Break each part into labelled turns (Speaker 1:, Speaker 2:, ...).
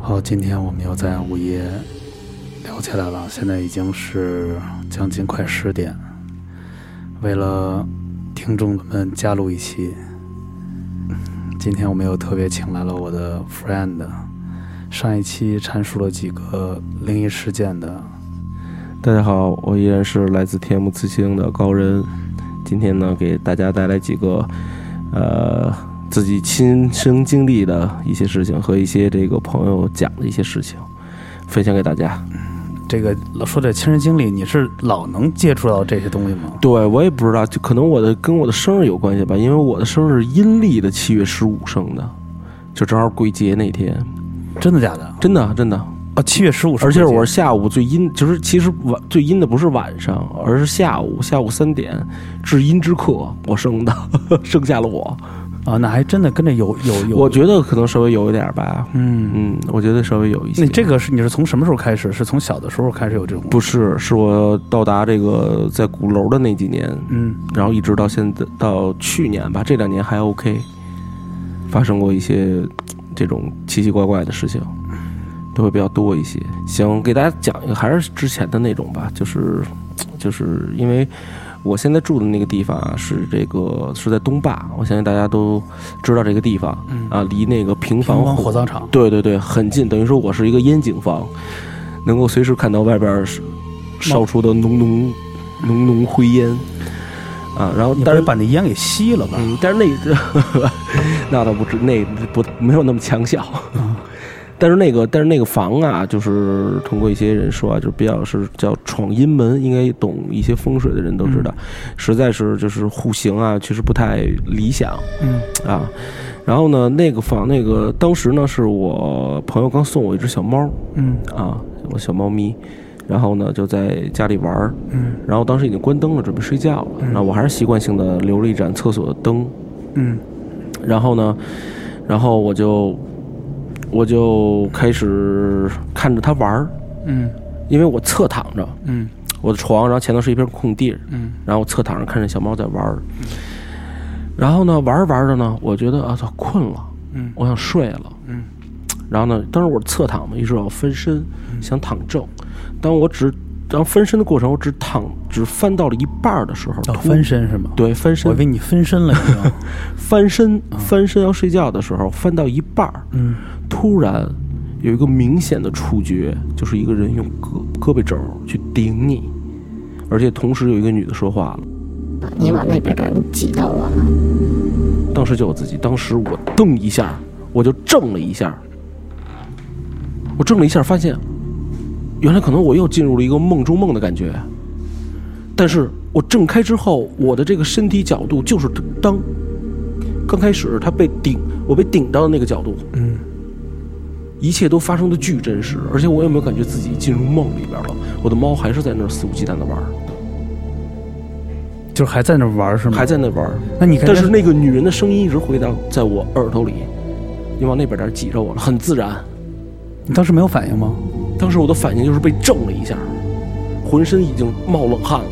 Speaker 1: 好，今天我们又在午夜聊起来了，现在已经是将近快十点。为了听众们加入一期，今天我们又特别请来了我的 friend。上一期阐述了几个灵异事件的，
Speaker 2: 大家好，我依然是来自天幕次星的高人，今天呢给大家带来几个，呃，自己亲身经历的一些事情和一些这个朋友讲的一些事情，分享给大家。
Speaker 1: 这个老说这亲身经历，你是老能接触到这些东西吗？
Speaker 2: 对我也不知道，就可能我的跟我的生日有关系吧，因为我的生日是阴历的七月十五生的，就正好鬼节那天。
Speaker 1: 真的假的？
Speaker 2: 真的真的，
Speaker 1: 啊，七月十五，
Speaker 2: 而且我是下午最阴，就是其实晚最阴的不是晚上，而是下午下午三点至阴之刻我生的， 生下了我。
Speaker 1: 啊，那还真的跟这有有有，
Speaker 2: 我觉得可能稍微有一点吧，
Speaker 1: 嗯，
Speaker 2: 嗯，我觉得稍微有一些。
Speaker 1: 那这个是你是从什么时候开始？是从小的时候开始有这种？
Speaker 2: 不是，是我到达这个在鼓楼的那几年，
Speaker 1: 嗯，
Speaker 2: 然后一直到现在到去年吧，这两年还 OK，发生过一些这种奇奇怪怪的事情，都会比较多一些。行，给大家讲一个，还是之前的那种吧，就是就是因为我现在住的那个地方啊，是这个是在东坝，我相信大家都知道这个地方
Speaker 1: 嗯
Speaker 2: 啊，离那个平
Speaker 1: 房
Speaker 2: 房
Speaker 1: 火葬场，
Speaker 2: 对对对，很近，等于说我是一个烟警方，能够随时看到外边儿烧烧出的浓浓浓浓灰烟啊。然后
Speaker 1: 你不
Speaker 2: 但
Speaker 1: 会
Speaker 2: 是
Speaker 1: 把那烟给吸了吧？
Speaker 2: 嗯，但是那 那倒不至那不没有那么强效。
Speaker 1: 嗯
Speaker 2: 但是那个，但是那个房啊，就是通过一些人说啊，就比较是叫闯阴门，应该懂一些风水的人都知
Speaker 1: 嗯
Speaker 2: 道，实在是就是户型啊，确实不太理想。
Speaker 1: 嗯
Speaker 2: 啊。然后呢，那个房那个当时呢，是我朋友刚送我一只小猫
Speaker 1: 嗯
Speaker 2: 啊，我小猫咪。然后呢，就在家里玩儿。
Speaker 1: 嗯
Speaker 2: 然后当时已经关灯了，准备睡觉了。然后我还是习惯性的留了一盏厕所的灯。
Speaker 1: 嗯
Speaker 2: 然后呢，然后我就我就开始看着它玩儿，
Speaker 1: 嗯
Speaker 2: 因为我侧躺着，
Speaker 1: 嗯
Speaker 2: 我的床，然后前头是一片空地，
Speaker 1: 嗯
Speaker 2: 然后我侧躺着看着小猫在玩儿。然后呢，玩着玩着呢，我觉得啊，操，困了，
Speaker 1: 嗯
Speaker 2: 我想睡了。
Speaker 1: 嗯
Speaker 2: 然后呢，当时我是侧躺嘛，于是我翻身
Speaker 1: 嗯
Speaker 2: 想躺正。当我只当翻身的过程，我只躺只翻到了一半儿的时候，
Speaker 1: 哦，
Speaker 2: 突
Speaker 1: 翻身是吗？，
Speaker 2: 对翻
Speaker 1: 我
Speaker 2: 身
Speaker 1: 以为你嗯分身了已经。
Speaker 2: 翻身翻身要睡觉的时候，翻到一半儿，
Speaker 1: 嗯
Speaker 2: 突然有一个明显的触觉，就是一个人用胳胳膊肘去顶你，而且同时有一个女的说话了。
Speaker 3: 你往那边看，你挤到我了。
Speaker 2: 当时就我自己，当时我蹬一下，我就怔了一下，我怔了一下，发现原来可能我又进入了一个梦中梦的感觉。但是我挣开之后，我的这个身体角度就是当刚开始他被顶，我被顶到的那个角度，
Speaker 1: 嗯
Speaker 2: 一切都发生的巨真实，而且我也没有感觉自己进入梦里边了，我的猫还是在那儿肆无忌惮的玩儿，
Speaker 1: 就是还在那玩儿是吗？
Speaker 2: 还。在那玩儿，
Speaker 1: 那你看，
Speaker 2: 但是那个女人的声音一直回荡在我耳朵里，你往那边点儿挤着我了，很自然。
Speaker 1: 你当时没有反应吗？
Speaker 2: 当时我的反应就是被震了一下，浑身已经冒冷汗了，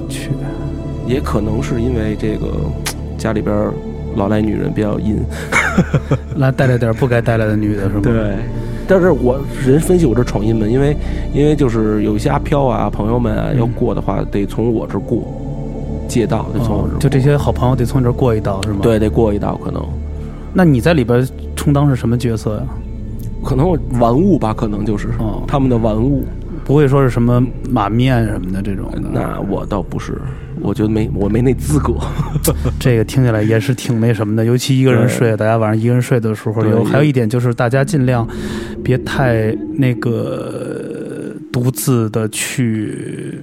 Speaker 1: 我去，
Speaker 2: 也可能是因为这个家里边儿老赖女人比较阴。
Speaker 1: 那带了点不该带来的女的是吗？，，
Speaker 2: 但是我人分析我这闯阴门，因为因为就是有一些阿飘啊朋友们啊
Speaker 1: 嗯
Speaker 2: 要过的话，得从我这儿过，借道得从我这儿
Speaker 1: 哦
Speaker 2: 过、
Speaker 1: 就这些好朋友得从你这儿过一道是吗？。
Speaker 2: 对得过一道可能。
Speaker 1: 那你在里边充当是什么角色呀、
Speaker 2: 可能我玩物吧，可能就是、
Speaker 1: 哦
Speaker 2: 他们的玩物。
Speaker 1: 不会说是什么马面什么的这种的。
Speaker 2: 那我倒不是，我觉得没我没那资格。
Speaker 1: 这个听起来也是挺那什么的，尤其一个人睡，大家晚上一个人睡的时候，
Speaker 2: 对
Speaker 1: 有还有一点就是大家尽量别太那个呃独自的去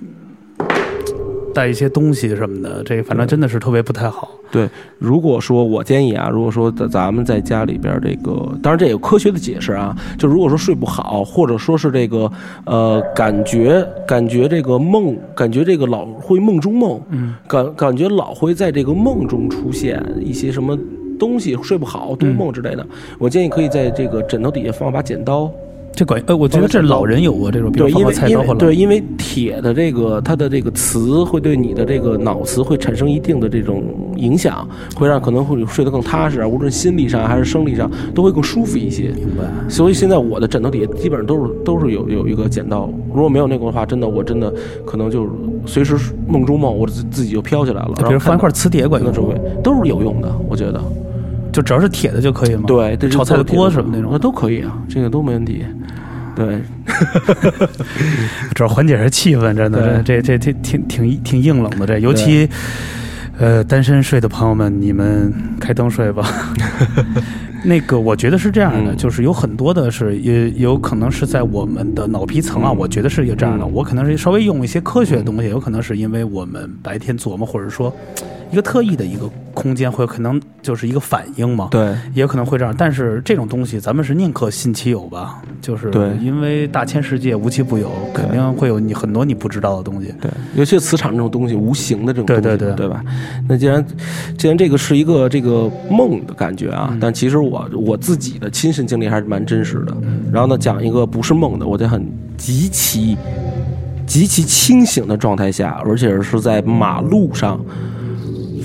Speaker 1: 带一些东西什么的，这反正真的是特别不太好。
Speaker 2: 对，如果说我建议啊，如果说咱咱们在家里边儿这个，当然这有科学的解释啊，就如果说睡不好，或者说是这个呃感觉感觉这个梦，感觉这个老会梦中梦，
Speaker 1: 嗯，
Speaker 2: 感感觉老会在这个梦中出现一些什么东西，睡不好、多梦之类的，我建议可以在这个枕头底下放把剪刀。
Speaker 1: 这管呃，我觉得这老人有过这种，比如
Speaker 2: 对，
Speaker 1: 放
Speaker 2: 因
Speaker 1: 个
Speaker 2: 为
Speaker 1: 菜
Speaker 2: 因
Speaker 1: 刀
Speaker 2: 为
Speaker 1: 或者
Speaker 2: 对，因为铁的这个它的这个磁会对你的这个脑磁会产生一定的这种影响，会让可能会睡得更踏实啊，无论心理上还是生理上都会更舒服一些。
Speaker 1: 明白。
Speaker 2: 所以现在我的枕头底下基本上都是都是有有一个剪刀，如果没有那个的话，真的我真的可能就是随时梦中梦，我自自己就飘起来了。然
Speaker 1: 比
Speaker 2: 后
Speaker 1: 如放一
Speaker 2: 看
Speaker 1: 块磁铁管
Speaker 2: 到
Speaker 1: 用
Speaker 2: 周围
Speaker 1: 吗，
Speaker 2: 都是有用的，我觉得。
Speaker 1: 就只要是铁的就可以吗？，
Speaker 2: 对，这是
Speaker 1: 炒菜的锅什么那
Speaker 2: 那
Speaker 1: 种
Speaker 2: 都可以啊，这个都没问题。对，
Speaker 1: 主要缓解一下气氛，真的，这这这挺挺挺硬冷的这，尤其。呃，单身睡的朋友们，你们开灯睡吧。 那个，我觉得是这样的，
Speaker 2: 嗯
Speaker 1: 就是有很多的是也有可能是在我们的脑皮层啊，我觉得是有这样的。我可能是稍微用一些科学的东西，有可能是因为我们白天琢磨，或者说一个特意的一个空间，会可能就是一个反应嘛。
Speaker 2: 对，
Speaker 1: 也有可能会这样，但是这种东西咱们是宁可信其有吧，就是
Speaker 2: 对
Speaker 1: 因为大千世界无奇不有，肯定会有你很多你不知道的东西。
Speaker 2: 对，尤其是磁场这种东西，无形的这种东西，
Speaker 1: 对对对
Speaker 2: 吧？那既然既然这个是一个这个梦的感觉
Speaker 1: 嗯
Speaker 2: 啊，但其实我我自己的亲身经历还是蛮真实的。
Speaker 1: 嗯
Speaker 2: 然后呢，讲一个不是梦的，我在很极其极其清醒的状态下，而且是在马路上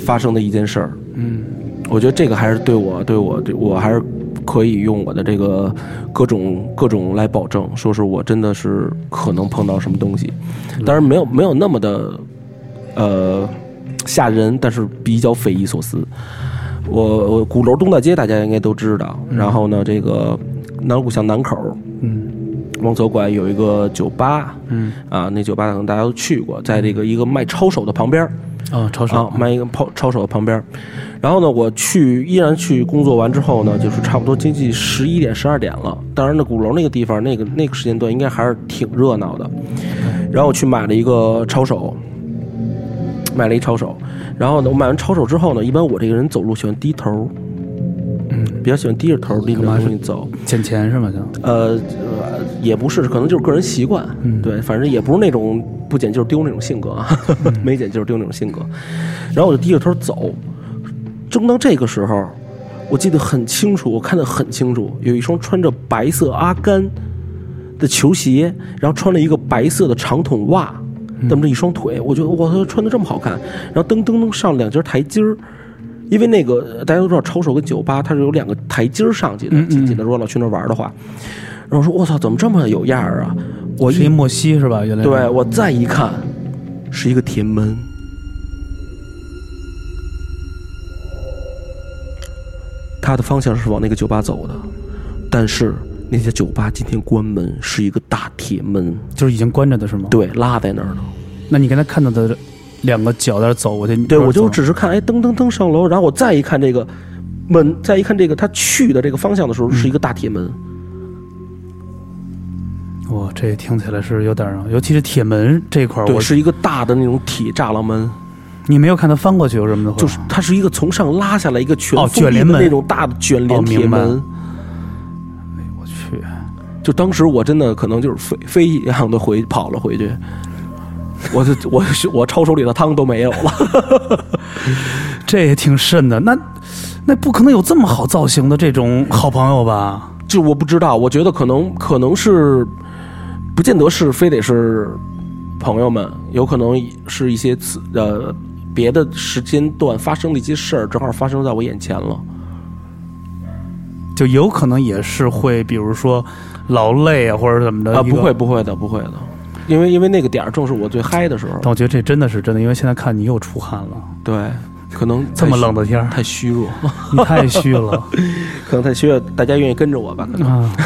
Speaker 2: 发生的一件事儿。
Speaker 1: 嗯
Speaker 2: 我觉得这个还是对我对我对我还是可以用我的这个各种各种来保证，说是我真的是可能碰到什么东西，当然没有没有那么的呃吓人，但是比较匪夷所思。我我鼓楼东大街大家应该都知道，然后呢，这个南鼓巷南口
Speaker 1: 嗯
Speaker 2: 往左拐有一个酒吧，
Speaker 1: 嗯，
Speaker 2: 啊，那酒吧可能大家都去过，在这个一个卖抄手的旁边儿。
Speaker 1: 啊，超市
Speaker 2: 啊，卖一个抛抄手旁边儿。然后呢，我去依然去工作完之后呢，就是差不多接近十一点十二点了。当然呢，鼓楼那个地方那个那个时间段应该还是挺热闹的。然后我去买了一个抄手，买了一抄手。然后呢，我买完抄手之后呢，一般我这个人走路喜欢低头，
Speaker 1: 嗯，
Speaker 2: 比较喜欢低着头拎着
Speaker 1: 干嘛
Speaker 2: 东
Speaker 1: 是
Speaker 2: 西走。
Speaker 1: 捡钱是吗？就
Speaker 2: 呃，呃也不是，可能就是个人习惯。
Speaker 1: 嗯
Speaker 2: 对，反正也不是那种不捡就是丢那种性格啊，
Speaker 1: 嗯
Speaker 2: 没捡就是丢那种性格。然后我就低着头走，正当这个时候，我记得很清楚，我看得很清楚，有一双穿着白色阿甘的球鞋，然后穿了一个白色的长筒袜，那么这一双腿，我觉得我操，穿的这么好看，然后噔噔噔上两节台阶儿。因为那个呃大家都知道，抄手跟酒吧它是有两个台阶儿上去的，进去的。如果老去那儿玩的话，然后我说我操，怎么这么有样儿啊？我
Speaker 1: 是一
Speaker 2: 一
Speaker 1: 莫西是吧？原来是
Speaker 2: 对我再一看，是一个铁门。它的方向是往那个酒吧走的，但是那家酒吧今天关门，是一个大铁门，
Speaker 1: 就是已经关着的是吗？，
Speaker 2: 对，拉在那儿呢。
Speaker 1: 那你刚才看到的两个脚在那走过去，
Speaker 2: 对，我
Speaker 1: 不知道
Speaker 2: 就只是看，哎，噔噔噔上楼，然后我再一看这个门，再一看这个他去的这个方向
Speaker 1: 嗯
Speaker 2: 的时候，是一个大铁门。
Speaker 1: 走哇，这听起来是有点儿啊，尤其是铁门这一块儿，
Speaker 2: 对，
Speaker 1: 我哦
Speaker 2: 是一个大的那种铁栅栏门，
Speaker 1: 你没有看它翻过去有什么的，
Speaker 2: 就是它是一个从上拉下来一个全
Speaker 1: 哦
Speaker 2: 封
Speaker 1: 卷
Speaker 2: 闭的
Speaker 1: 帘门
Speaker 2: 那种大的卷
Speaker 1: 哦
Speaker 2: 帘铁
Speaker 1: 明白
Speaker 2: 门。
Speaker 1: 我去，
Speaker 2: 就当时我真的可能就是飞飞一样的回跑了回去，我就我我抄手里的汤都没有了。
Speaker 1: 这也挺瘆的。那那不可能有这么好造型的这种好朋友吧？
Speaker 2: 就我不知道，我觉得可能可能是，不见得是非得是朋友们，有可能是一些次呃别的时间段发生的一些事儿，正好发生在我眼前了。
Speaker 1: 就有可能也是会，比如说劳累啊，或者怎么的
Speaker 2: 啊，
Speaker 1: 一个
Speaker 2: 不会，不会的，不会的，因为因为那个点儿正是我最嗨的时候，
Speaker 1: 但我觉得这真的是真的，因为现在看你又出汗 了，
Speaker 2: 对，可能
Speaker 1: 这么
Speaker 2: 太虚
Speaker 1: 冷的天儿，
Speaker 2: 太虚弱，
Speaker 1: 你太虚了
Speaker 2: 可能太虚弱，大家愿意跟着我吧，可能。
Speaker 1: 啊！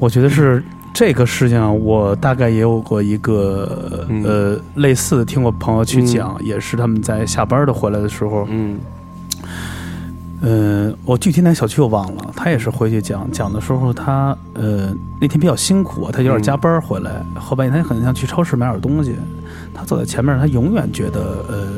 Speaker 1: 我觉得是这个事情啊，我大概也有过一个
Speaker 2: 嗯
Speaker 1: 呃类似的，听我朋友去讲，也是他们在下班的回来的时候，
Speaker 2: 嗯
Speaker 1: 呃，我具体哪小区我忘了，他也是回去讲讲的时候，他呃那天比较辛苦啊，他有点加班回来，后半夜他很想去超市买点东西，他走在前面，他永远觉得呃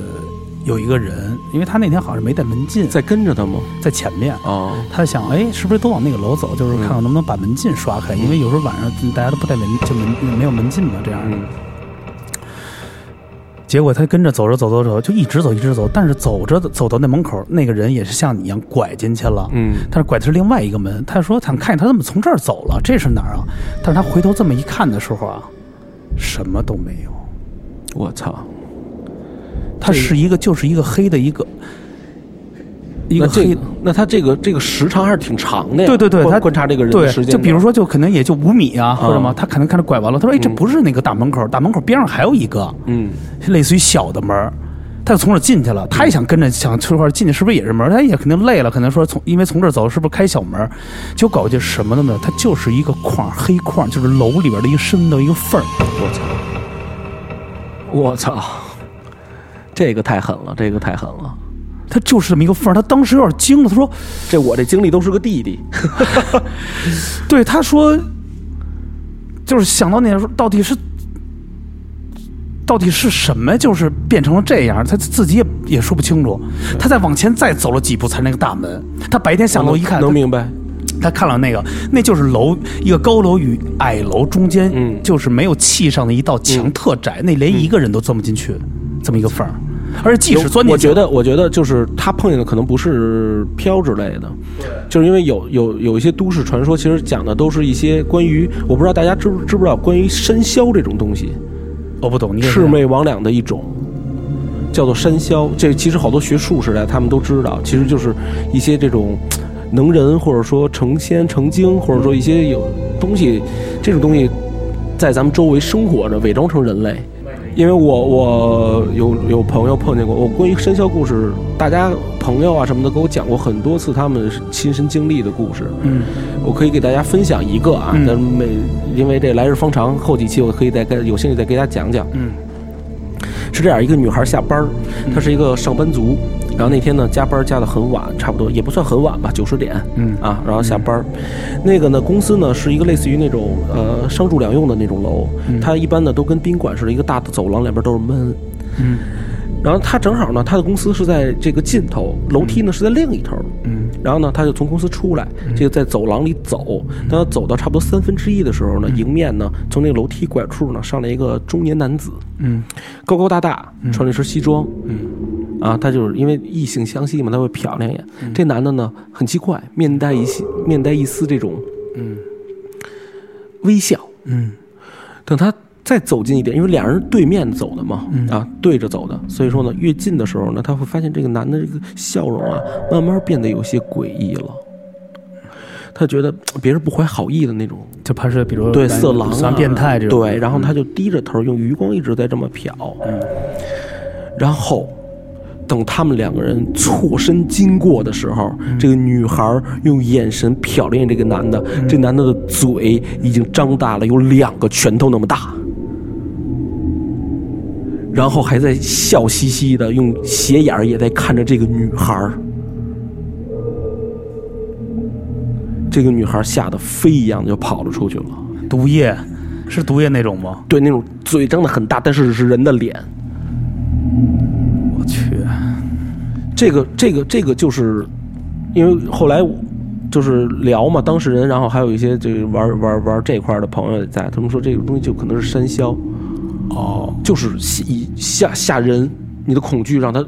Speaker 1: 有一个人，因为他那天好像是没带门禁，在
Speaker 2: 在跟着他吗？
Speaker 1: 在前面。
Speaker 2: 哦，
Speaker 1: 他想，哎，是不是都往那个楼走？就是看看能不能把门禁刷开，因为有时候晚上大家都不带门，就门没有门禁嘛，这样的。
Speaker 2: 嗯，
Speaker 1: 结果他跟着走着走走走，就一直走一直走，但是走着走到那门口，那个人也是像你一样拐进去了，
Speaker 2: 嗯
Speaker 1: 但是拐的是另外一个门。他说想看见他怎么从这儿走了，这是哪儿啊？但是他回头这么一看的时候啊，什么都没有，
Speaker 2: 我操，
Speaker 1: 它是一个就是一个黑的一个一
Speaker 2: 那
Speaker 1: 个
Speaker 2: 这
Speaker 1: 黑
Speaker 2: 个。那他这个这个时长还是挺长的呀。
Speaker 1: 对对对，
Speaker 2: 观
Speaker 1: 他
Speaker 2: 观察这个人
Speaker 1: 对
Speaker 2: 的时，间，
Speaker 1: 就比如，说，就可能也就五米啊，或者嘛
Speaker 2: 啊，
Speaker 1: 他可能看他拐完了，他说：“哎，这不是那个大门口，大门口边上还有一个，
Speaker 2: 嗯，
Speaker 1: 类似于小的门儿，他就从这儿进去了。他也想跟着想这块儿进去，是不是也是门儿？他也肯定累了，可能说从因为从这儿走，是不是开小门儿？就搞去什么都没有，它就是一个框儿，黑框儿，就是楼里边的一个深的一个缝儿。
Speaker 2: 我操，我操，这个太狠了，这个太狠了。
Speaker 1: 它就是这么一个缝儿。他当时有点惊了，他说
Speaker 2: 这我这经历都是个弟 弟，：“
Speaker 1: 对，他说，就是想到那时候到底是。”到底是什么？就是变成了这样，他自己也也说不清楚。他再往前再走了几步，才是那个大门。他白天下楼一看，
Speaker 2: 能
Speaker 1: 他
Speaker 2: 明白？
Speaker 1: 他看了那个，那就是楼一个高楼与矮楼中间，
Speaker 2: 嗯
Speaker 1: 就是没有气上的一道墙，特窄，那连一个人都钻不进去，这么一个缝儿。而且即使钻进去，
Speaker 2: 我觉得，我觉得就是他碰见的可能不是飘之类的，就是因为有有有一些都市传说，其实讲的都是一些关于我不知道大家知不知不知道关于山魈这种东西，
Speaker 1: 我哦不懂，你给我
Speaker 2: 魑魅魍魉的一种，叫做山魈。这其实好多学术时代他们都知道，其实就是一些这种嘖能人，或者说成仙成精，或者说一些有东西，这种东西在咱们周围生活着，伪装成人类。因为我我有有朋友碰见过，我关于山魈故事，大家朋友啊什么的给我讲过很多次他们亲身经历的故事。
Speaker 1: 嗯，
Speaker 2: 我可以给大家分享一个啊，
Speaker 1: 嗯
Speaker 2: 但是每因为这来日方长，后几期我可以再跟有兴趣再给大家讲讲。
Speaker 1: 嗯
Speaker 2: 是这样，一个女孩下班儿，她是一个上班族，然后那天呢加班儿加的很晚，差不多也不算很晚吧，九十点
Speaker 1: 嗯
Speaker 2: 啊，然后下班儿。那个呢，公司呢是一个类似于那种呃商住两用的那种楼，它一般呢都跟宾馆似的，一个大的走廊，两边都是门。
Speaker 1: 嗯
Speaker 2: 然后她正好呢，她的公司是在这个尽头，楼梯呢是在另一头。
Speaker 1: 嗯
Speaker 2: 然后呢，她就从公司出来，这个在走廊里走。当她走到差不多三分之一的时候
Speaker 1: 嗯
Speaker 2: 呢，迎面呢从那个楼梯拐处呢上来一个中年男子。
Speaker 1: 嗯
Speaker 2: 高高大大，穿着一身西装，啊，他就是因为异性相吸嘛，他会瞟两眼。
Speaker 1: 嗯
Speaker 2: 这男的呢，很奇怪，面带一丝面带一丝这种
Speaker 1: 嗯
Speaker 2: 微笑。
Speaker 1: 嗯
Speaker 2: 等他再走近一点，因为俩人对面走的嘛，啊，对着走的，所以说呢，越近的时候呢，他会发现这个男的这个笑容啊，慢慢变得有些诡异了。他觉得嘖别人不怀好意的那种
Speaker 1: 嗯，就怕是比如
Speaker 2: 对色狼、啊、
Speaker 1: 算变态这种，嗯
Speaker 2: 对，然后他就低着头，用余光一直在这么瞟。然后等他们两个人错身经过的时候，
Speaker 1: 嗯
Speaker 2: 这个女孩用眼神瞟了一眼这个男的，
Speaker 1: 嗯
Speaker 2: 这男的的嘴已经张大了有两个拳头那么大。然后还在笑嘻嘻的，用斜眼儿也在看着这个女孩儿。这个女孩儿吓得飞一样的就跑了出去了。
Speaker 1: 毒液是毒液那种吗？
Speaker 2: 对，那种嘴张的很大，但是是人的脸。
Speaker 1: 我去，
Speaker 2: 这个这个这个就是，因为后来我就是聊嘛，当事人，然后还有一些这个玩玩玩这块儿的朋友也在，他们说这个东西就可能是山魈，
Speaker 1: 哦，
Speaker 2: 就是吓以吓吓人，你的恐惧让他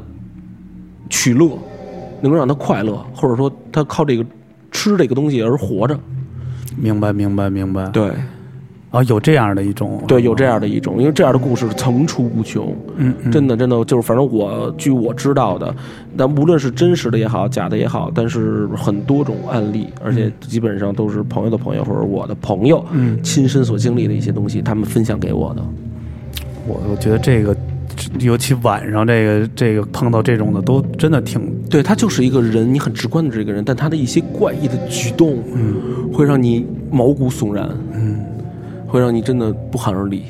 Speaker 2: 取乐，能够让他快乐，或者说他靠这个吃这个东西而活着。
Speaker 1: 明白明白明白，
Speaker 2: 对
Speaker 1: 啊，有这样的一种，
Speaker 2: 对，有这样的一种，因为这样的故事层出不穷。
Speaker 1: 嗯嗯
Speaker 2: 真的，真的就是，反正我据我知道的，但无论是真实的也好，假的也好，但是很多种案例，而且基本上都是朋友的朋友或者我的朋友，
Speaker 1: 嗯
Speaker 2: 亲身所经历的一些东西，他们分享给我的。
Speaker 1: 我我觉得这个，尤其晚上这个这个碰到这种的，都真的挺
Speaker 2: 对他就是一个人，你很直观的这个人，但他的一些怪异的举动，会让你毛骨悚然，
Speaker 1: 嗯。
Speaker 2: 会让你真的不寒而栗。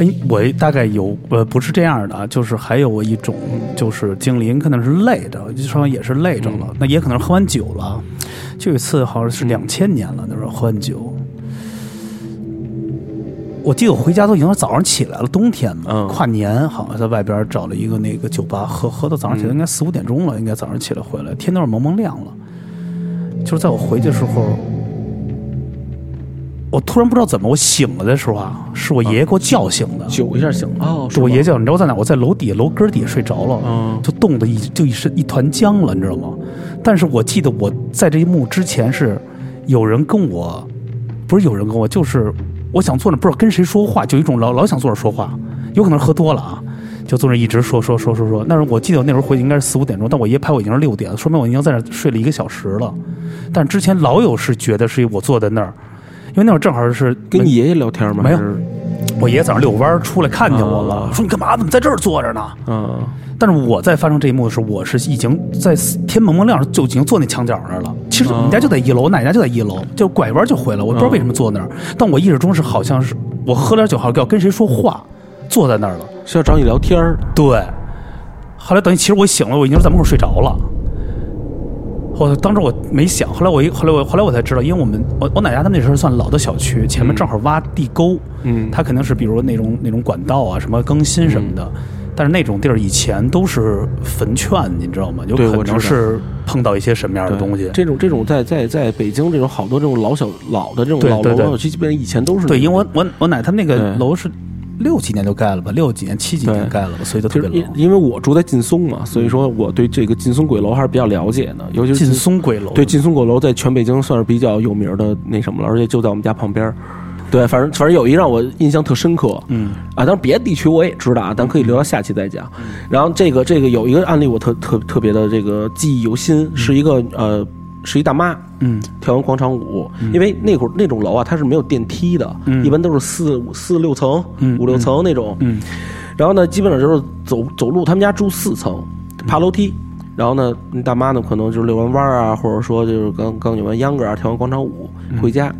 Speaker 1: 哎，我大概有呃，不是这样的啊，就是还有一种就是经理，可能是累着，就说也是累着了，那也可能是喝完酒了。就有一次好像是两千年了，那时候喝完酒，我记得我回家都已经是早上起来了，冬天嘛，
Speaker 2: 嗯
Speaker 1: 跨年好像在外边找了一个那个酒吧喝，喝到早上起来应该四五点钟了，应该早上起来回来，天都是蒙蒙亮了。就是在我回去的时候，我突然不知道怎么，我醒了的时候啊，是我爷爷给我叫醒的。
Speaker 2: 酒一下醒了哦，是
Speaker 1: 我
Speaker 2: 吗
Speaker 1: 爷叫，你知道我在哪？我在楼底下楼根儿底下睡着了，
Speaker 2: 嗯
Speaker 1: 就冻得一就一身一团浆了，你知道吗？但是我记得我在这一幕之前是有人跟我，不是有人跟我，就是我想坐那儿不知道跟谁说话，就有一种老老想坐那儿说话，有可能是喝多了啊，就坐那儿一直说说说说说。那时候我记得我那时候回去应该是四五点钟，但我爷拍我已经是六点了，说明我已经在那儿睡了一个小时了。但之前老有是觉得是我坐在那儿，因为那会儿正好是
Speaker 2: 跟你爷爷聊天吗？
Speaker 1: 没有
Speaker 2: 还是，
Speaker 1: 我爷早上遛弯儿出来看见我了，
Speaker 2: 啊
Speaker 1: 说你干嘛？怎么在这儿坐着呢？
Speaker 2: 嗯，
Speaker 1: 但是我在发生这一幕的时候，我是已经在天蒙蒙亮就已经坐那墙角那儿了。其实我们家就在一楼，我奶奶家就在一楼，就拐弯就回来。我不知道为什么坐那儿，但我意识中是好像是我喝点酒，好像要跟谁说话，坐在那儿了。
Speaker 2: 是要找你聊天儿
Speaker 1: 对，后来等于其实我醒了，我已经是在门口睡着了。我当时我没想，后来我一后来我后来我才知道，因为我们我我奶奶他们那时候算老的小区，前面正好挖地沟，
Speaker 2: 嗯
Speaker 1: 它肯定是比如那种那种管道啊什么更新什么的，
Speaker 2: 嗯
Speaker 1: 但是那种地儿以前都是坟圈，你知道吗？有
Speaker 2: 对
Speaker 1: 可
Speaker 2: 我知
Speaker 1: 能
Speaker 2: 道
Speaker 1: 是碰到一些什么样的
Speaker 2: 对
Speaker 1: 东西。
Speaker 2: 这种这种在在在北京这种好多这种老小老的这种
Speaker 1: 对
Speaker 2: 老
Speaker 1: 对
Speaker 2: 楼
Speaker 1: 对
Speaker 2: 老小区，基本上以前都是
Speaker 1: 对，因为
Speaker 2: 为
Speaker 1: 我我我奶他们那个
Speaker 2: 对
Speaker 1: 楼是六几年就盖了吧，六几年七几年
Speaker 2: 对
Speaker 1: 盖了吧，所以就特
Speaker 2: 就
Speaker 1: 别
Speaker 2: 是
Speaker 1: 老
Speaker 2: 因。因为我住在劲松嘛，所以说我对这个劲松鬼楼还是比较了解的，尤其是
Speaker 1: 劲松鬼楼，
Speaker 2: 对，劲松鬼楼在全北京算是比较有名的那什么了，而且就在我们家旁边儿。对，反正反正有一让我印象特深刻，嗯啊，当然别的地区我也知道啊，咱可以留到下期再讲。
Speaker 1: 嗯
Speaker 2: 然后这个这个有一个案例我特特特别的这个记忆犹新，是一个呃是一大妈，
Speaker 1: 嗯
Speaker 2: 跳完广场舞，因为那会儿那种楼啊，它是没有电梯的，一般都是四五四六层、
Speaker 1: 嗯
Speaker 2: 五六层那种。
Speaker 1: 嗯
Speaker 2: 然后呢，基本上就是走走路，他们家住四层，爬楼梯。然后呢，那大妈呢可能就是遛完弯儿啊，或者说就是刚刚扭完秧歌啊，跳完广场舞回家。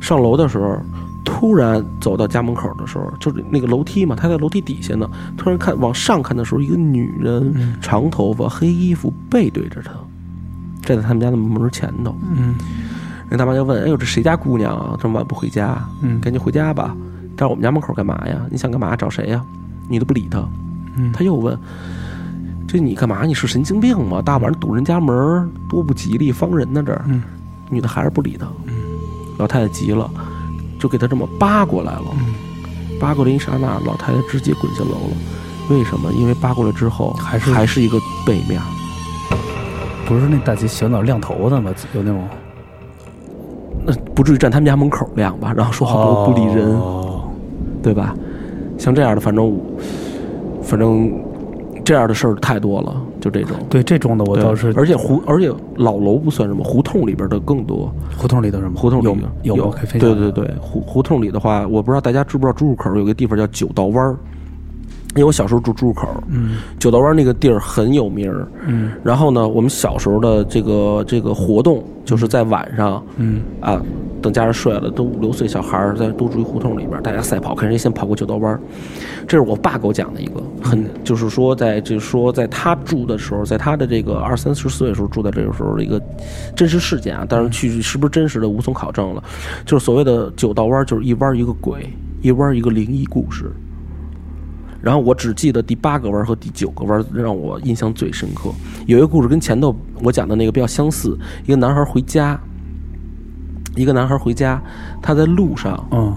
Speaker 2: 上楼的时候，突然走到家门口的时候，就是那个楼梯嘛，她在楼梯底下呢，突然看往上看的时候，一个女人，长头发，黑衣服，背对着她，站在他们家的门前头。
Speaker 1: 嗯
Speaker 2: 那大妈就问：“哎呦，这谁家姑娘啊？这么晚不回家？
Speaker 1: 嗯
Speaker 2: 赶紧回家吧！到我们家门口干嘛呀？你想干嘛？找谁呀？你都不理她。
Speaker 1: 嗯
Speaker 2: 她又问：这你干嘛？你是神经病吗？大晚上堵人家门儿，多不吉利，方人呢这儿。
Speaker 1: 嗯
Speaker 2: 女的还是不理她。老太太急了，就给她这么扒过来了。
Speaker 1: 嗯
Speaker 2: 扒过来一刹那，老太太直接滚下楼了。为什么？因为扒过来之后
Speaker 1: 还是
Speaker 2: 还是一个背面儿。
Speaker 1: 不是那大姐洗完澡亮头的吗？有那种
Speaker 2: 那不至于站他们家门口儿晾吧，然后说好不不理人，
Speaker 1: 哦
Speaker 2: 对吧？像这样的，反正我反正这样的事儿太多了，就这种。
Speaker 1: 对这种的，我
Speaker 2: 对
Speaker 1: 倒是
Speaker 2: 而且胡，而且老楼不算什么，胡同里边的更多。
Speaker 1: 胡同里的什么
Speaker 2: 胡同里
Speaker 1: 有
Speaker 2: 边
Speaker 1: 有吗可以分享
Speaker 2: 对对对，胡胡同里的话，我不知道大家知不知道，朱路口有个地方叫九道湾儿，因为我小时候住朱路口，嗯，九道湾那个地儿很有名儿，嗯，然后呢，我们小时候的这个这个活动就是在晚上，嗯啊，等家人睡了，都五六岁小孩儿在都住一胡同里边儿，大家赛跑，看谁先跑过九道湾儿，这是我爸给我讲的一个，很就是说在就是说在他住的时候，在他的这个二三十岁的时候住在这个时候的一个真实事件啊，当然去是不是真实的无从考证了，就是所谓的九道弯儿，就是一弯儿一个鬼，一弯儿一个灵异故事。然后我只记得第八个弯儿和第九个弯儿让我印象最深刻。有一个故事跟前头我讲的那个比较相似，一个男孩儿回家，一个男孩儿回家，他在路上，
Speaker 1: 嗯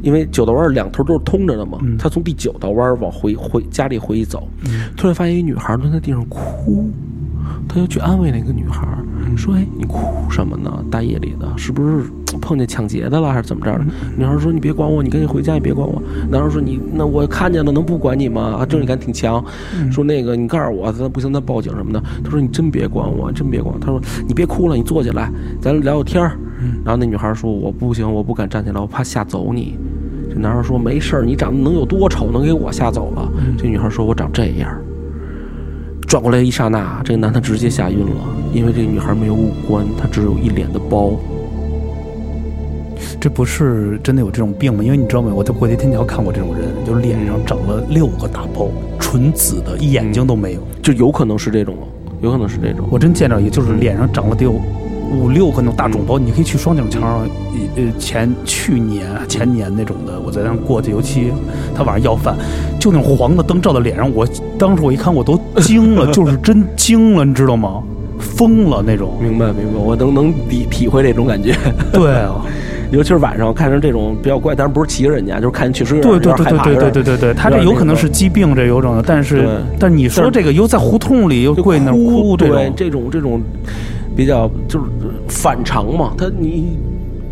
Speaker 2: 因为九道弯儿两头都是通着的嘛，他从第九道弯儿往回回家里回一走，突然发现一女孩蹲在地上哭，他就去安慰那个女孩，说：“哎，你哭什么呢？大夜里的，是不是嘖碰见抢劫的了，还是怎么着的？”女孩说：“你别管我，你赶紧回家，你别管我。”男孩说：“你那我看见了，能不管你吗？啊，正义感挺强。说那个你告诉我，咱不行，咱报警什么的。”他说：“你真别管我，真别管我。”他说：“你别哭了，你坐起来，咱聊聊天儿。”然后那女孩说：“我不行，我不敢站起来，我怕吓走你。”这男孩说：“没事儿，你长得能有多丑，能给我吓走了？”
Speaker 1: 嗯
Speaker 2: 这女孩说：“我长这样儿。”转过来一刹那，这个男的直接吓晕了，因为这个女孩没有五官，她只有一脸的包。
Speaker 1: 这不是真的有这种病吗？因为你知道吗？我在过街天桥看过这种人，就脸上长了六个大包，纯紫的，一眼睛都没有。
Speaker 2: 就有可能是这种了，有可能是这种。
Speaker 1: 我真见着一个，就是脸上长了得有五六个那种大肿包。你可以去双井桥上，呃，前去年前年那种的，我在那儿过去，尤其他晚上要饭，就那种黄的灯照到脸上，我当时我一看我都惊了，就是真惊了，你知道吗？疯了那种。
Speaker 2: 明白明白，我能能体体会这种感觉。
Speaker 1: 对啊，
Speaker 2: 尤其是晚上看成这种比较怪，但是不是骑着人家，就是看确实有
Speaker 1: 对
Speaker 2: 点
Speaker 1: 对对
Speaker 2: 有点
Speaker 1: 对
Speaker 2: 害怕
Speaker 1: 对
Speaker 2: 有
Speaker 1: 对
Speaker 2: 点
Speaker 1: 对对对，他这
Speaker 2: 有点
Speaker 1: 有
Speaker 2: 那
Speaker 1: 可能
Speaker 2: 个
Speaker 1: 是疾病，这有种的，但是
Speaker 2: 对
Speaker 1: 但你说
Speaker 2: 但
Speaker 1: 这个又在胡同里又
Speaker 2: 就
Speaker 1: 跪那儿哭，这
Speaker 2: 哦对
Speaker 1: 种
Speaker 2: 这种这种比较就是反常嘛，他你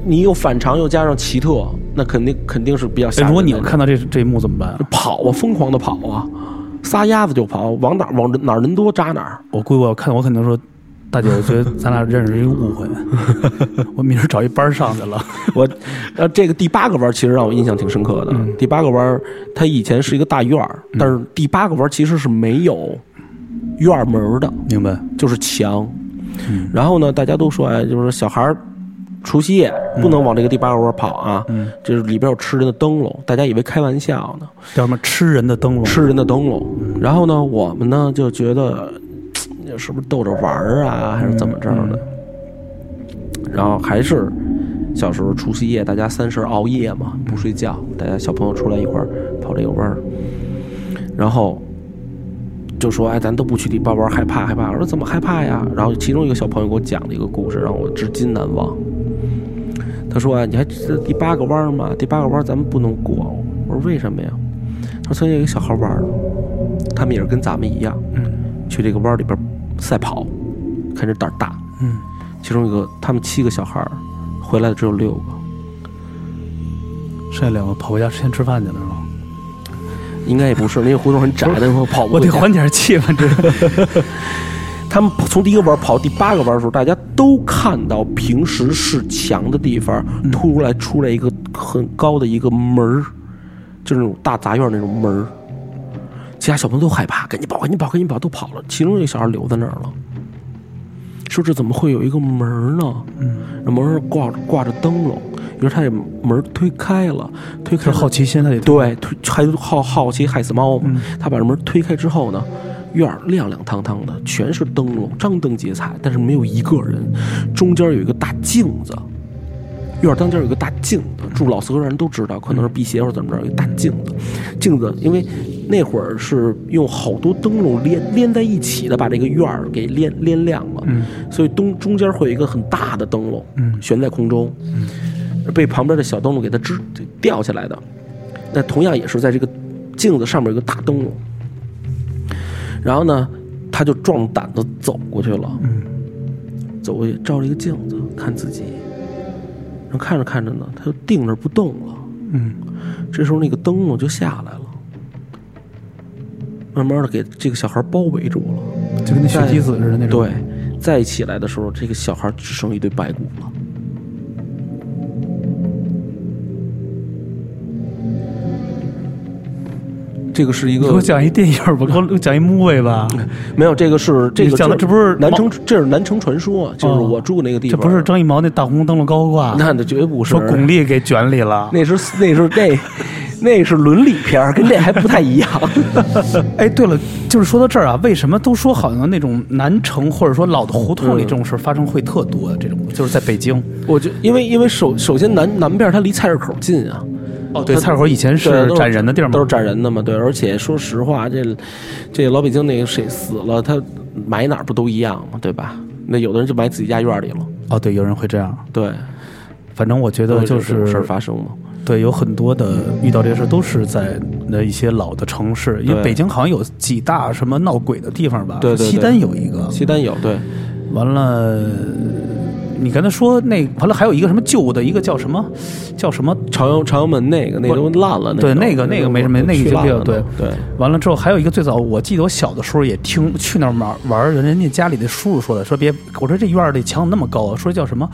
Speaker 2: 你有反常又加上奇特，那肯定肯定是比较吓
Speaker 1: 哎
Speaker 2: 人的。
Speaker 1: 如果你要看到这这一幕怎么办？
Speaker 2: 跑啊，疯狂的跑啊，撒丫子就跑，往哪儿往哪儿人多扎哪儿。
Speaker 1: 我估计我要看，我肯定说，大姐，我觉得咱俩认识是一个 误会，我明儿找一班儿上去了。
Speaker 2: 我，呃，这个第八个弯儿其实让我印象挺深刻的。
Speaker 1: 嗯
Speaker 2: 第八个弯儿，它以前是一个大院儿，但是第八个弯儿其实是没有院儿门儿的，
Speaker 1: 明白？
Speaker 2: 就是墙。然后呢，大家都说，哎，就是小孩儿除夕夜不能往这个第八个弯儿跑啊，
Speaker 1: 嗯
Speaker 2: 就是里边有吃人的灯笼，大家以为开玩笑呢。
Speaker 1: 叫什么吃人的灯笼？嗯
Speaker 2: 吃人的灯笼。然后呢，我们呢就觉得嘖是不是逗着玩儿啊，还是怎么着的？
Speaker 1: 嗯
Speaker 2: 然后还是小时候除夕夜，大家三十熬夜嘛，
Speaker 1: 嗯
Speaker 2: 不睡觉，大家小朋友出来一块儿跑这个弯儿，然后。就说哎，咱都不去第八弯，害怕害怕。我说怎么害怕呀？然后其中一个小朋友给我讲了一个故事，让我至今难忘。他说啊，你还记得第八个弯儿吗？第八个弯儿咱们不能过。我说为什么呀？他说曾经有一个小孩玩儿，他们也是跟咱们一样，
Speaker 1: 嗯
Speaker 2: 去这个弯儿里边赛跑，看这胆儿大。
Speaker 1: 嗯，
Speaker 2: 其中一个，他们七个小孩儿回来的只有六个，
Speaker 1: 剩下两个跑回家之前吃饭去了是吧？
Speaker 2: 应该也不是，那个胡同很窄，那会儿跑不
Speaker 1: 我
Speaker 2: 回
Speaker 1: 得
Speaker 2: 家
Speaker 1: 缓解气氛， 这
Speaker 2: 他们从第一个弯儿跑第八个弯儿的时候，大家都看到平时是墙的地方，突然出来一个很高的一个门儿，就是那种大杂院那种门儿。其他小朋友都害怕，赶紧跑，赶紧跑，赶紧跑，都跑了。其中一个小孩留在那儿了，说这怎么会有一个门儿呢？
Speaker 1: 嗯
Speaker 2: 那门儿上挂着挂着灯笼，于是他这门儿推开了，推开
Speaker 1: 是
Speaker 2: 了
Speaker 1: 好奇心，他得
Speaker 2: 对，推还好好奇害死猫嘛。
Speaker 1: 嗯
Speaker 2: 他把门推开之后呢，院儿亮亮堂堂的，全是灯笼，张灯结彩，但是没有一个人。中间有一个大镜子，院儿当间有一个大镜子，住老四合人都知道，可能是辟邪或者怎么着，有一个大镜子。镜子因为那会儿是用好多灯笼连连在一起的，把这个院儿给连连亮了，
Speaker 1: 嗯
Speaker 2: 所以东中间会有一个很大的灯笼，
Speaker 1: 嗯
Speaker 2: 悬在空中，被旁边的小灯笼给它支吊起来的。那同样也是在这个镜子上面有个大灯笼。然后呢，他就壮胆子走过去了，
Speaker 1: 嗯
Speaker 2: 走过去照了一个镜子看自己，然后看着看着呢，他就定那儿不动了。
Speaker 1: 嗯
Speaker 2: 这时候那个灯笼就下来了，慢慢的给这个小孩包围住了。
Speaker 1: 嗯，就跟那血滴子似的那种。
Speaker 2: 对，再起来的时候，这个小孩只剩一堆白骨了。这个是一
Speaker 1: 你给
Speaker 2: 个
Speaker 1: 我讲一电影吧，给我讲一 movie 吧，
Speaker 2: 没有，这个是这
Speaker 1: 你
Speaker 2: 个
Speaker 1: 讲的
Speaker 2: 就
Speaker 1: 这不是
Speaker 2: 南
Speaker 1: 毛
Speaker 2: 城，这是南城传说，就是
Speaker 1: 哦
Speaker 2: 我住那个地
Speaker 1: 这
Speaker 2: 方，啊
Speaker 1: 不是张艺谋那大红灯笼高挂，
Speaker 2: 那那绝不是
Speaker 1: 说巩俐给卷里了。
Speaker 2: 那是那是那那是伦理片儿，跟这还不太一样。
Speaker 1: 哎，对了，就是说到这儿啊，为什么都说好像那种南城或者说老的胡同里
Speaker 2: 嗯
Speaker 1: 这种事儿发生会特多？这种就是在北京。
Speaker 2: 我就因为因为首首先南南边儿它离菜市口近啊，
Speaker 1: 哦，对，
Speaker 2: 它
Speaker 1: 菜市口以前
Speaker 2: 对
Speaker 1: 是
Speaker 2: 都
Speaker 1: 斩人的地儿嘛，
Speaker 2: 都是斩人的嘛。对，而且说实话，这这老北京那个谁死了，他埋哪儿不都一样嘛，对吧？那有的人就埋自己家院儿里了，
Speaker 1: 哦，对，有人会这样。
Speaker 2: 对，
Speaker 1: 反正我觉得就
Speaker 2: 都有这种
Speaker 1: 是
Speaker 2: 事儿发生嘛。
Speaker 1: 对，有很多的遇到这些事儿都是在那一些老的城市，因为
Speaker 2: 对
Speaker 1: 北京好像有几大什么闹鬼的地方吧，
Speaker 2: 对对对
Speaker 1: 西单有一个，
Speaker 2: 西单有对，
Speaker 1: 完了。你刚才说那完了，还有一个什么旧的，一个叫什么，叫什么？
Speaker 2: 朝阳朝阳门那个那都烂了，
Speaker 1: 对，
Speaker 2: 那
Speaker 1: 那
Speaker 2: 个
Speaker 1: 个那个没什么，那个已
Speaker 2: 去
Speaker 1: 经
Speaker 2: 烂
Speaker 1: 比较
Speaker 2: 了
Speaker 1: 对
Speaker 2: 都对。
Speaker 1: 完了之后，还有一个最早，我记得我小的时候也听去那儿玩玩儿，人人家家里的叔叔说的，说别，我说这院儿里墙怎么那么高啊，说叫什么，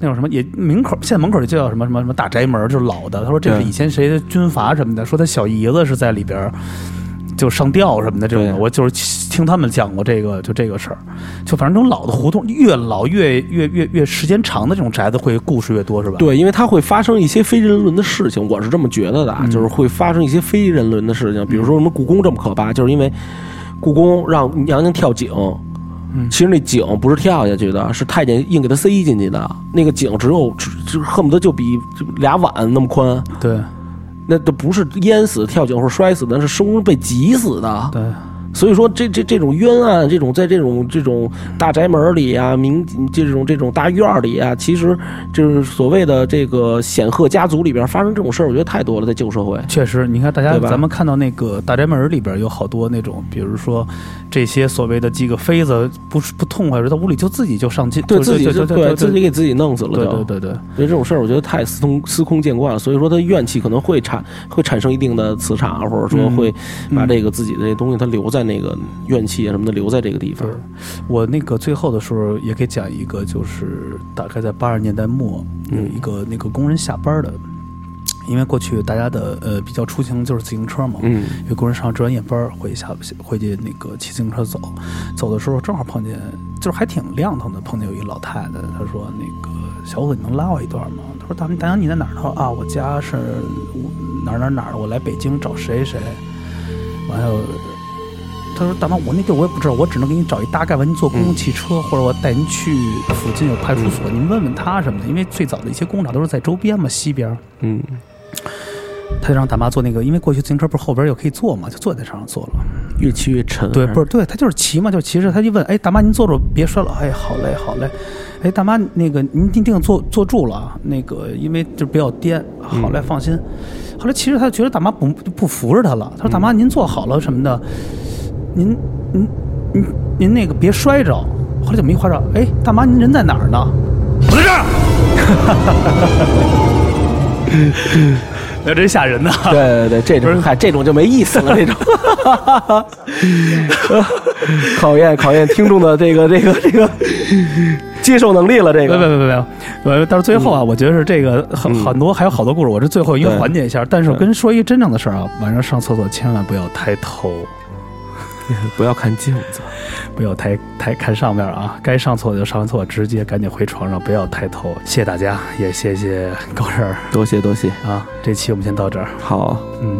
Speaker 1: 那种什么也门口，现在门口就叫什么什么什么大宅门，就是老的。他说这是
Speaker 2: 对
Speaker 1: 以前谁的军阀什么的，说他小姨子是在里边儿就上吊什么的这种的。
Speaker 2: 对
Speaker 1: 我就是听他们讲过这个，就这个事儿，就反正这种老的胡同，越老越越越越时间长的这种宅子会故事越多是吧？，
Speaker 2: 对，因为它会发生一些非人伦的事情，我是这么觉得的啊，就是会发生一些非人伦的事情，比如说什么故宫这么可怕，就是因为故宫让娘娘跳井，其实那井不是跳下去的，是太监硬给她塞进去的，那个井只有只只恨不得就比就俩碗那么宽，
Speaker 1: 对
Speaker 2: 那都不是淹死、跳井或者摔死的，那是生生被挤死的。
Speaker 1: 对，
Speaker 2: 所以说这这这种冤案，这种在这种这种大宅门里啊，民这种这种大院儿里啊，其实就是所谓的这个显赫家族里边发生这种事儿，我觉得太多了，在旧社会。
Speaker 1: 确实，你看大家
Speaker 2: 对吧
Speaker 1: 咱们看到那个大宅门里边有好多那种，比如说这些所谓的几个妃子不是不痛快，他屋里就自己就上进，
Speaker 2: 对
Speaker 1: 就
Speaker 2: 自己
Speaker 1: 就
Speaker 2: 就
Speaker 1: 就对
Speaker 2: 自己给自己弄死了，
Speaker 1: 对
Speaker 2: 就
Speaker 1: 对对对，
Speaker 2: 所以这种事儿，我觉得太司空司空见惯了，所以说他怨气可能会产会产生一定的磁场，或者说
Speaker 1: 嗯
Speaker 2: 会把
Speaker 1: 嗯
Speaker 2: 这个自己的这东西，它留在那个怨气啊什么的留在这个地方
Speaker 1: 对。我那个最后的时候也给讲一个，就是大概在八十年代末有
Speaker 2: 嗯
Speaker 1: 一个那个工人下班的，因为过去大家的呃比较出行就是自行车嘛，
Speaker 2: 嗯
Speaker 1: 有工人上值完夜班回去下回去那哎个骑自行车走，走的时候正好碰见，就是还挺亮堂的，碰见有一老太太，她说那个小伙子你能拉我一段吗？她说大明大娘你在哪儿？她说啊我家是哪儿哪儿哪儿，我来北京找谁谁，完了。她说：“大妈，我那地儿我也不知道，我只能给你找一大概完。您坐公共汽车，或者我带您去附近有派出所，您问问他什么的。因为最早的一些工厂都是在周边嘛，西边。
Speaker 2: 嗯
Speaker 1: 他就让大妈坐那个，e 因为过去自行车不是后边有可以坐嘛，就坐在车上坐了。
Speaker 2: 越骑越沉。
Speaker 1: 对，不是对，他就是骑嘛，就是骑着他就问，哎，大妈您坐着别摔了，哎，好嘞，好嘞，哎，大妈那个您一定坐坐住了啊，那个因为就比较颠，好嘞，放心。后来其实他觉得大妈不不服着他了，他说大妈您坐好了什么的，您您您您那个别摔着。后来就没怀着，哎，大妈您人在哪儿呢？我在这 儿。那哎真吓人呐！
Speaker 2: 对对对，这种嗨，这种就没意思了，这种， 考验考验听众的这个这个这个接受能力了，这
Speaker 1: 没没
Speaker 2: 个。
Speaker 1: 没没没，我到最后啊，我觉得是这个很很多还有好多故事，我这最后应该
Speaker 2: 对
Speaker 1: 缓解一下。但是我跟说一真正的事儿啊，晚上上厕所千万不要抬头，
Speaker 2: 不要看镜子，
Speaker 1: 不要抬抬看上面啊，该上厕所就上完厕所，直接赶紧回床上，不要抬头。谢谢大家，也谢谢高人儿
Speaker 2: 多谢多谢，
Speaker 1: 啊，这期我们先到这儿，
Speaker 2: 好，
Speaker 1: 嗯，